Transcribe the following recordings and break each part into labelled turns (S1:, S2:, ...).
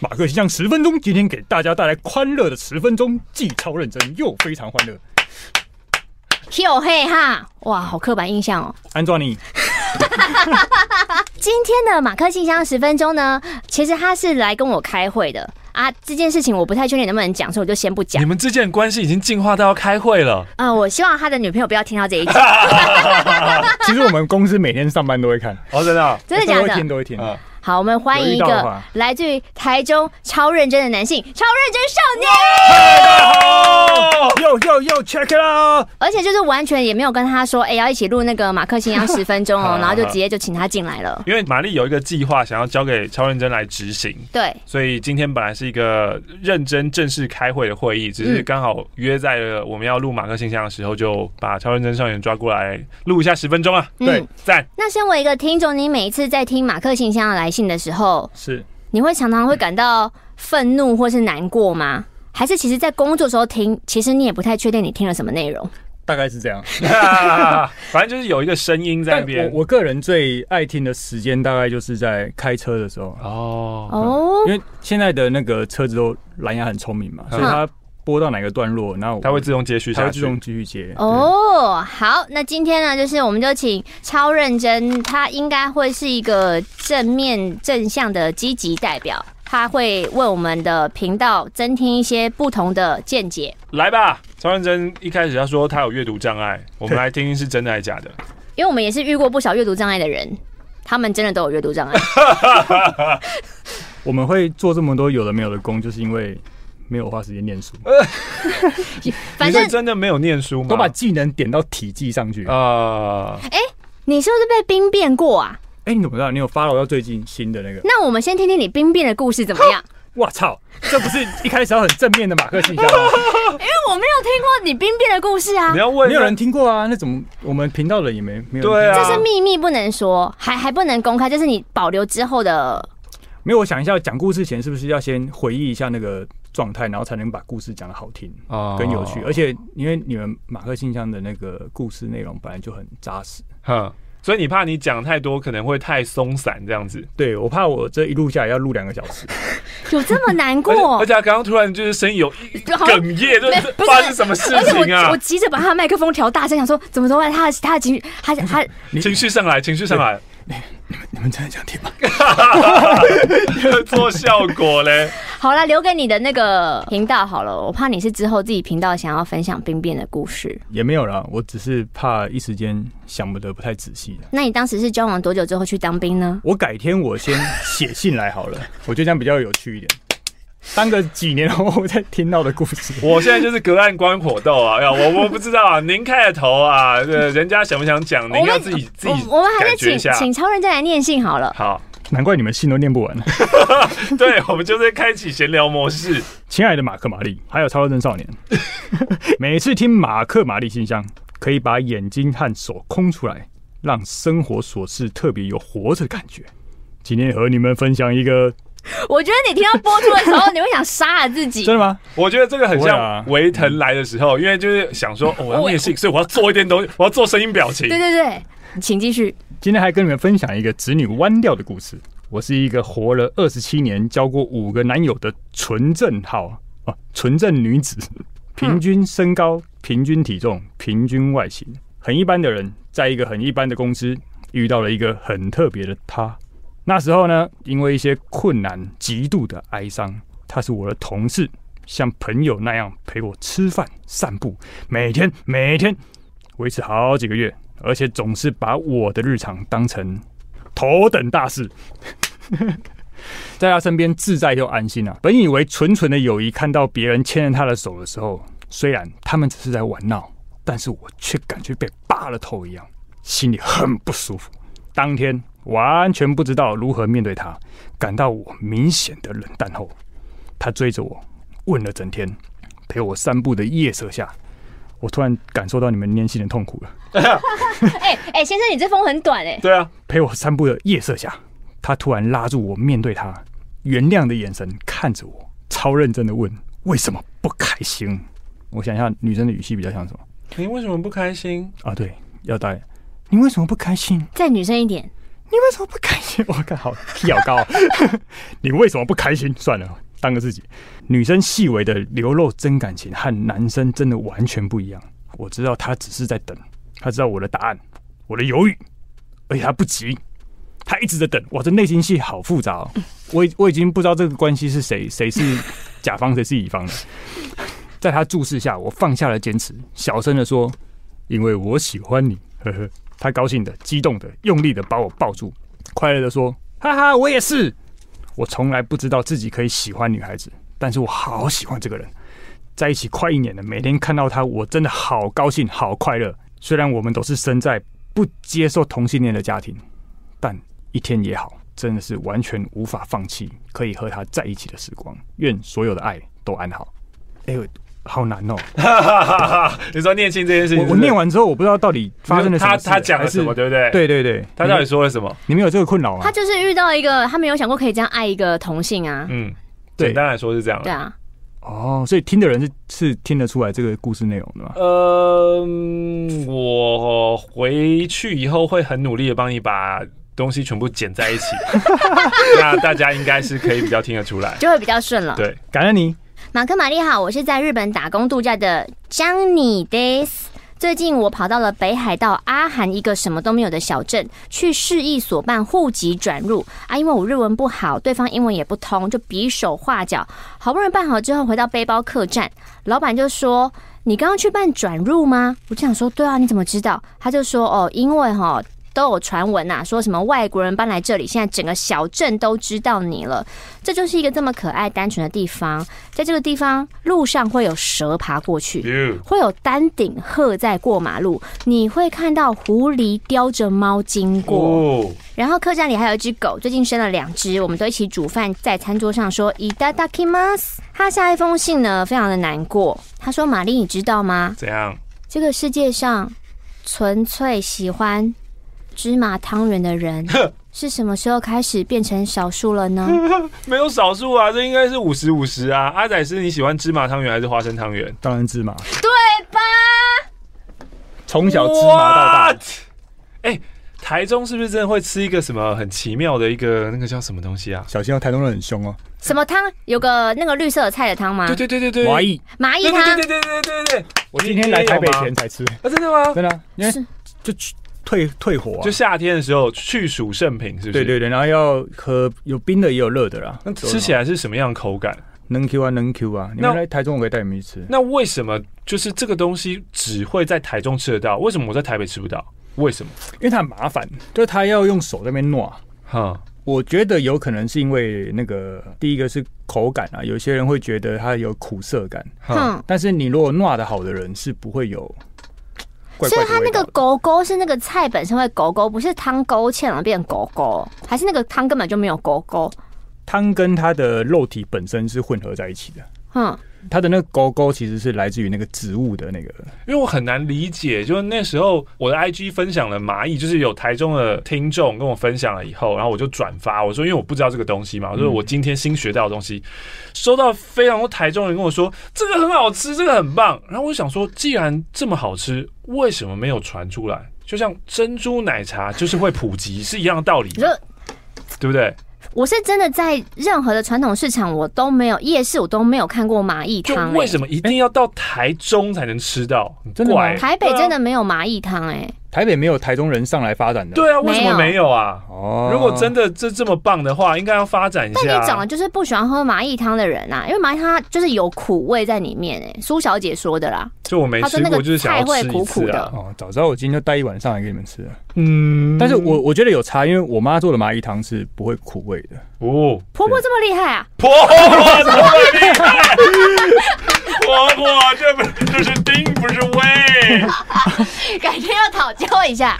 S1: 马克信箱十分钟，今天给大家带来欢乐的十分钟，既超认真又非常欢乐。
S2: 哟嘿哈，哇，好刻板印象哦。
S1: 安壮 尼，
S2: 今天的马克信箱十分钟呢，其实他是来跟我开会的啊。这件事情我不太确定能不能讲，所以我就先不讲
S3: 你。们之间的关系已经进化到要开会了，
S2: 呃，我希望他的女朋友不要听到 这一集，
S1: 其实我们公司每天上班都会看，
S3: 哦，真的啊，
S2: 真的假
S1: 都会听
S2: 的？
S1: 都会听。
S3: 嗯
S2: 好，我们欢迎
S1: 有
S2: 一
S1: 遇到的
S2: 个
S1: 话
S2: 来自于台中超认真的男性，超认真 少年，
S3: 哦，
S1: 又又又 check it out！
S2: 而且就是完全也没有跟他说，哎、要一起录那个马克信箱十分 钟哦
S3: 好，
S2: 然后就直接就请他进来了。
S3: 因为玛丽有一个计划想要交给超认真来执行，
S2: 对，
S3: 所以今天本来是一个认真正式开会的会议，只
S2: 嗯
S3: 是刚好约在了我们要录马克信箱的时候，就把超认真少年抓过来录一下十分钟啊，
S2: 嗯
S1: 对，
S3: 赞！
S2: 那身为一个听众，你每一次在听马克信箱的来信的时候，
S1: 是
S2: 你会常常会感到愤怒或是难过吗？还是其实，在工作的时候听，其实你也不太确定你听了什么内容。
S1: 大概是这样。
S3: 反正就是有一个声音在那
S1: 但我
S3: 边
S1: 我个人最爱听的时间大概就是在开车的时
S2: 嗯
S1: 候，
S3: 哦，
S2: 哦，
S1: 因为现在的那个车子都蓝牙很聪明嘛，所以它播到哪个段落，然后
S3: 嗯它会自动接续
S1: 它
S3: 下
S1: 会自
S3: 去。
S1: 动继续接。对，
S2: 哦，好，那今天呢，就是我们就请超认真，他应该会是一个正面正向的积极代表，他会为我们的频道增添一些不同的见解。
S3: 来吧，超认真一开始他说他有阅读障碍，我们来听听是真的还是假的。
S2: 因为我们也是遇过不少阅读障碍的人，他们真的都有阅读障碍。
S1: 我们会做这么多有的没有的工，就是因为没有花时间念书，
S2: 反
S3: 你
S2: 正
S3: 是真的没有念书吗？
S1: 都把技能点到体技上去。
S3: 啊，
S2: 你是不是被兵变过啊？
S1: 哎，你怎么知道？你有 follow 到最近新的那个？
S2: 那我们先听听你兵变的故事怎么样？
S1: 哇操，这不是一开始要很正面的马克信箱吗？
S2: 我没有听过你兵变的故事啊
S3: 你，要问
S1: 没有人听过啊，那怎么我们频道的也没没有人听过？
S3: 对啊
S2: 这是秘密，不能说，还还不能公开，这是你保留之后的。
S1: 没有，我想一下，讲故事前是不是要先回忆一下那个状态，然后才能把故事讲的好听
S3: 啊
S1: 跟有趣？而且因为你们马克信箱的那个故事内容本来就很扎实，
S3: 哼，所以你怕你讲太多可能会太松散这样子。
S1: 对我怕我这一录下来要录两个小时，
S2: 有这么难
S3: 而且
S2: 过
S3: 而？且他刚刚突然就是声音有一
S2: 好像
S3: 哽咽，就
S2: 没
S3: 是
S2: 不是
S3: 发生什么事
S2: 而且
S3: 情
S2: 我
S3: 啊
S2: 我？急着把他的麦克风调大声，想说怎么怎么办，他的他的情绪，他他
S1: 我
S3: 情绪上来，情绪上来，
S1: 你们真的想听吗？
S3: 做效果嘞。
S2: 好了，留给你的那个频道好了，我怕你是之后自己频道想要分享兵变的故事。
S1: 也没有啦，我只是怕一时间想不得不太仔细
S2: 那你当时是交往多久之后去当兵呢？
S1: 我改天我先写信来好了， 我觉得这样比较有趣一点。当个几年后我再听到的故事，
S3: 我现在就是隔岸观火斗啊！哎呀，我我不知 道啊，您开的头啊，这人家想不想讲，您要自己自己
S2: 我我们还
S3: 感
S2: 是
S3: 觉
S2: 请
S3: 一下。
S2: 请超人再来念信好了。
S3: 好，
S1: 难怪你们信都念不完。
S3: 对，我们就是开启闲聊模式。
S1: 亲爱的马克、玛丽，还有超人真少年， 每次听马克、玛丽信箱，可以把眼睛和手空出来，让生活琐事特别有活着的感觉。今天和你们分享一个，
S2: 我觉得你听到播出的时候，你会想杀了自己。
S1: 真的吗？
S3: 我觉得这个很
S1: 不会啊
S3: 像维腾来的时候，因为就是想 说，哦我要念信，所以我要做一点东西，我要做声音表情。
S2: 对对对，请继续。
S1: 今天还跟你们分享一个子女弯掉的故事。我是一个活了二十七年、交过五个男友的纯正号啊，纯正女子，平均身高、平均体重、平均外形，很一般的人，在一个很一般的公司遇到了一个很特别的他。那时候呢，因为一些困难，极度的哀伤。他是我的同事，像朋友那样陪我吃饭、散步，每天每天维持好几个月，而且总是把我的日常当成头等大事。 在他身边自在又安心啊！本以为纯纯的友谊，看到别人牵着他的手的时候，虽然他们只是在玩闹，但是我却感觉被拔了头一样，心里很不舒服。当天完全不知道如何面对他，感到我明显的冷淡后，他追着我问了整天，陪我散步的夜色下，我突然感受到你们年轻人痛苦了。
S2: 哎哎、先生，你这风很短哎、
S3: 对啊，
S1: 陪我散步的夜色下，他突然拉住我，面对他，原谅的眼神看着我，超认真的问：“为什么不开心？”我想一下，女生的语气比较像什么
S3: 你为什么不开心？
S1: 啊？对，要带你为什么不开心？
S2: 再女生一点，
S1: 你为什么不开心？我靠，好屁好高、啊！ 你为什么不开心？算了，当个自己。女生细微的流露真感情和男生真的完全不一样。我知道她只是在等，她知道我的答案，我的犹豫，而且她不急，她一直在等。哇，这内心戏好复杂哦！我已我已经不知道这个关系是谁谁是甲方谁是乙方了。在她注视下，我放下了坚持，小声的说：“因为我喜欢你。” 呵呵。他高兴的、激动的、用力的把我抱住，快乐的说：“哈哈，我也是。我从来不知道自己可以喜欢女孩子，但是我好喜欢这个人。在一起快一年了，每天看到他，我真的好高兴、好快乐。虽然我们都是生在不接受同性恋的家庭，但一天也好，真的是完全无法放弃可以和他在一起的时光。愿所有的爱都安好。”哎呦，好难哦！
S3: 哈哈哈！你说念经这件事情
S1: 我
S3: 是不
S1: 我
S3: 是，
S1: 念完之后，我不知道到底发生了什么
S3: 他
S1: 事
S3: 他讲了
S1: 还是
S3: 什么，对不对？，
S1: 对对对，
S3: 他到底说了什么？
S1: 你们有这个困扰吗啊
S2: 他？就是遇到一个他没有想过可以这样爱一个同性啊，
S3: 嗯，
S1: 对
S3: 简单来说是这样
S2: 对。啊，
S1: 哦，所以听的人是是听得出来这个故事内容的吗？
S3: 呃，嗯我回去以后会很努力的帮你把东西全部剪 在一起，那大家应该是可以比较听得出来。
S2: 就会比较顺了。
S3: 对，
S1: 感恩你，
S2: 马克玛丽好，我是在日本打工度假的江你 days。最近我跑到了北海道阿寒一个什么都没有的小镇，去市役所办户籍转入啊，因为我日文不好，对方英文也不通，就比手画脚。好不容易办好之后，回到背包客栈，老板就说：“你刚刚去办转入吗？”我就想说：“对啊，你怎么知道？”他就说：“哦，因为哈、都有传闻呐、说什么外国人搬来这里，现在整个小镇都知道你了。这就是一个这么可爱单纯的地方。在这个地方，路上会有蛇爬过去，
S3: You
S2: 会有丹顶鹤在过马路，你会看到狐狸叼着猫经过。
S3: 哦，
S2: 然后客栈里还有一只狗，最近生了两只，我们都一起煮饭，在餐桌上说“いただきます”。他下一封信呢，非常的难过。他说：“玛丽，你知道吗？
S3: 怎样？
S2: 这个世界上纯粹喜欢芝麻汤圆的 人是什么时候开始变成少数了呢？”
S3: 没有少数啊，这应该是五十五十啊。阿仔是你喜欢芝麻汤圆还是花生汤圆？
S1: 当然芝麻，
S2: 对吧？
S1: 从小芝麻到大，
S3: What？哎、台中是不是真的会吃一个什么很奇妙的一个那个叫什么东西啊？
S1: 小心哦，台东人很凶哦。
S2: 什么汤？有个那个绿色的菜的汤吗？
S3: 对对对对对，
S1: 啊华裔，
S2: 蚂蚁
S3: 对
S2: 汤。
S3: 对对对对对对对，
S1: 我今天来台北前
S3: 你
S1: 才吃，
S3: 有吗啊，真的吗？
S1: 真的啊，因为
S2: 是
S1: 就去退退火啊
S3: 就。夏天的时候去暑圣品是不是？
S1: 对对对，然后要喝有冰的也有热的啦。那
S3: 吃起来是什么样的口感？
S1: 能 Q 啊能 Q 啊！你
S3: 那
S1: 们来台中，我可以带你们去吃。
S3: 那为什么就是这个东西只会在台中吃得到？为什么我在台北吃不到？为什么？
S1: 因为它很麻烦，就是它要用手在那边弄啊。
S3: 哈，
S1: 我觉得有可能是因为那个第一个是口感啊，有些人会觉得它有苦涩感，
S3: 哈
S2: 哼，
S1: 但是你如果糯的好的人是不会有怪
S2: 所
S1: 怪
S2: 以它
S1: 的
S2: 那
S1: 味
S2: 个
S1: 道的。
S2: 狗狗是那个菜本身会狗狗，不是汤勾芡了变狗狗，还是那个汤根本就没有狗狗？
S1: 汤跟它的肉体本身是混合在一起的，
S2: 哼，
S1: 它的那个勾勾其实是来自于那个植物的那个，
S3: 因为我很难理解，就是那时候我的 IG 分享了蚂蚁，就是有台中的听众跟我分享了以后，然后我就转发，我说因为我不知道这个东西嘛，我说我今天新学到的东西，收到非常多台中人跟我说这个很好吃，这个很棒，然后我就想说，既然这么好吃，为什么没有传出来？就像珍珠奶茶就是会普及是一样的道理
S2: 你
S3: 嘛，
S2: 说
S3: 对不对？
S2: 我是真的在任何的传统市场我都没有夜市我都没有看过蚂蚁
S3: 就
S2: 汤、欸，
S1: 啊
S3: 为什么一定要到台中才能吃到？很
S1: 真的吗
S3: 怪欸
S2: 台北真的没有蚂蚁汤哎，
S1: 台北没有台中人上来发展的。，
S3: 对啊，为什么没有啊？
S1: 哦
S3: 如果真的这这么棒的话，应该要发展一
S2: 但
S3: 下
S2: 你长得
S3: 啊。
S2: 就是不喜欢喝蚂蚁汤的人啊，因为蚂蚁汤它就是有苦味在里面哎、苏小姐说的啦，
S3: 就我没
S2: 他说
S3: 吃
S2: 那
S3: 过，
S2: 个
S3: 就是想要吃一
S2: 菜会苦苦
S3: 次啊
S2: 的。
S1: 哦，早知道我今天就带一碗上来给你们吃了。
S3: 嗯
S1: 但是我我觉得有差，因为我妈做的蚂蚁汤是不会苦味的。
S3: 哦，
S2: 婆婆这么厉害啊，
S3: 婆婆这么厉害，婆婆这不这是丁不是 胃。
S2: 改天要讨教 一下，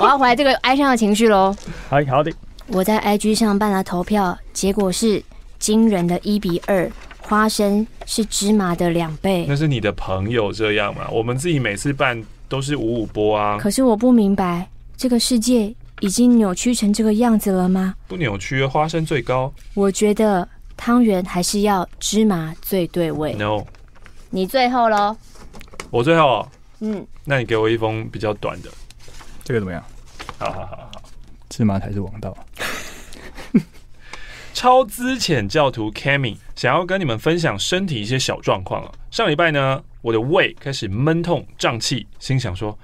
S2: 我要回来这个哀伤的情绪喽。
S1: 好好的，
S2: 我在 IG 上办了投票，结果是惊人的一比二，花生是芝麻的两倍
S3: 那。是你的朋友这样嘛？我们自己每次办都是五五波啊，
S2: 可是我不明白，这个世界已经扭曲成这个样子了吗？
S3: 不扭曲，花生最高。
S2: 我觉得汤圆还是要芝麻最对味。
S3: No，
S2: 你最后喽，
S3: 我最后，
S2: 嗯，
S3: 那你给我一封比较短的。
S1: 这个怎么样？
S3: 好好好好，
S1: 芝麻才是王道。
S3: 超资浅教徒 Cammy 想要跟你们分享身体一些小状况啊。上礼拜呢，我的胃开始闷痛胀气，心想说，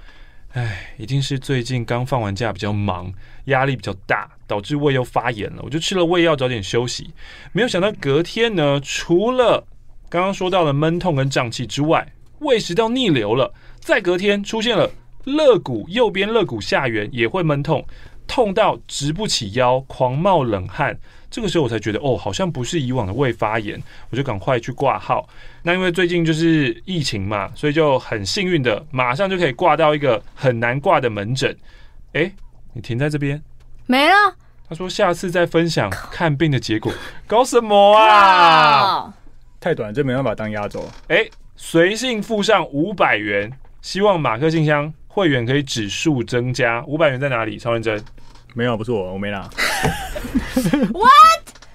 S3: 唉，一定是最近刚放完假比较忙，压力比较大，导致胃又发炎了。我就吃了胃药，早点休息。没有想到隔天呢，除了刚刚说到的闷痛跟胀气之外，胃食道逆流了。再隔天出现了肋骨右边肋骨下缘也会闷痛，痛到直不起腰，狂冒冷汗。这个时候我才觉得，哦，好像不是以往的胃发炎，我就赶快去挂号。那因为最近就是疫情嘛，所以就很幸运的，马上就可以挂到一个很难挂的门诊。诶，你停在这边。
S2: 没了。
S3: 他说下次再 分享看病的结果，搞什么啊？
S2: 靠！
S1: 太短了，这没办法当压轴。
S3: 诶，随信附上五百元，希望马克信箱会员可以指数增加。五百元在哪里？超认真，
S1: 没有，不是我，我没拿。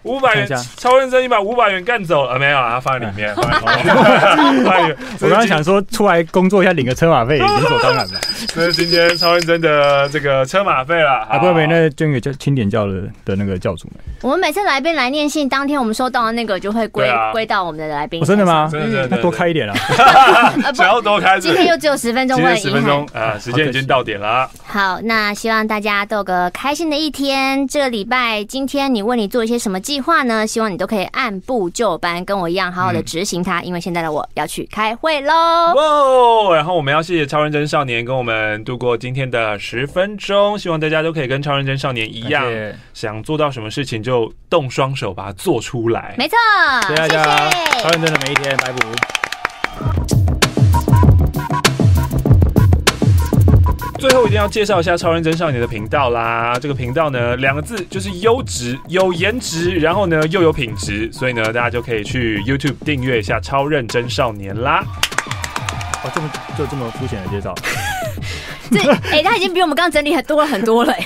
S3: 五百元
S1: 看一下，
S3: 超认真，你把五百元干走了、啊？没有啊，他放在里面。放在 里面500元
S1: 我刚刚想说出来工作一下，领个车马 费，理所当然了。
S3: 这是今天超认真的这个车马费了，
S1: 啊，不没，那捐给教清点教的的那个教主们。
S2: 我们每次来宾来念信，当天我们收到的那个就会归
S3: 对啊
S2: 归到我们的来宾。
S1: 我哦真的？ 吗？
S3: 真的真的
S1: 那多开一点啊！
S2: 呃，不
S3: 只，要多开
S2: 今
S3: 始。
S2: 天又只有十分钟，
S3: 今
S2: 我
S3: 天
S2: 很
S3: 十
S2: 遗
S3: 分
S2: 憾
S3: 钟。啊，时间已经到点了。
S2: 好，那希望大家都有个开心的一天。这个礼拜，今天你为你做一些什么计划呢？希望你都可以按部就班，跟我一样好好的执行它，因为现在的我要去开会喽。
S3: 哇哦！然后我们要谢谢超认真少年跟我们度过今天的十分钟，希望大家都可以跟超认真少年一样
S1: 感， 谢
S3: 想做到什么事情就动双手把它做出来。
S2: 没错，
S1: 谢
S2: 谢
S1: 谢大家，
S2: 谢
S1: 超认真的每一天，拜拜。
S3: 最后一定要介绍一下超认真少年的频道啦。这个频道呢，两个字就是优质，有颜值，然后呢又有品质，所以呢大家就可以去 YouTube 订阅一下超认真少年啦。
S1: 哦，这么就这么肤浅的介绍，
S2: 这哎、他已经比我们刚刚整理很多了很多了、哎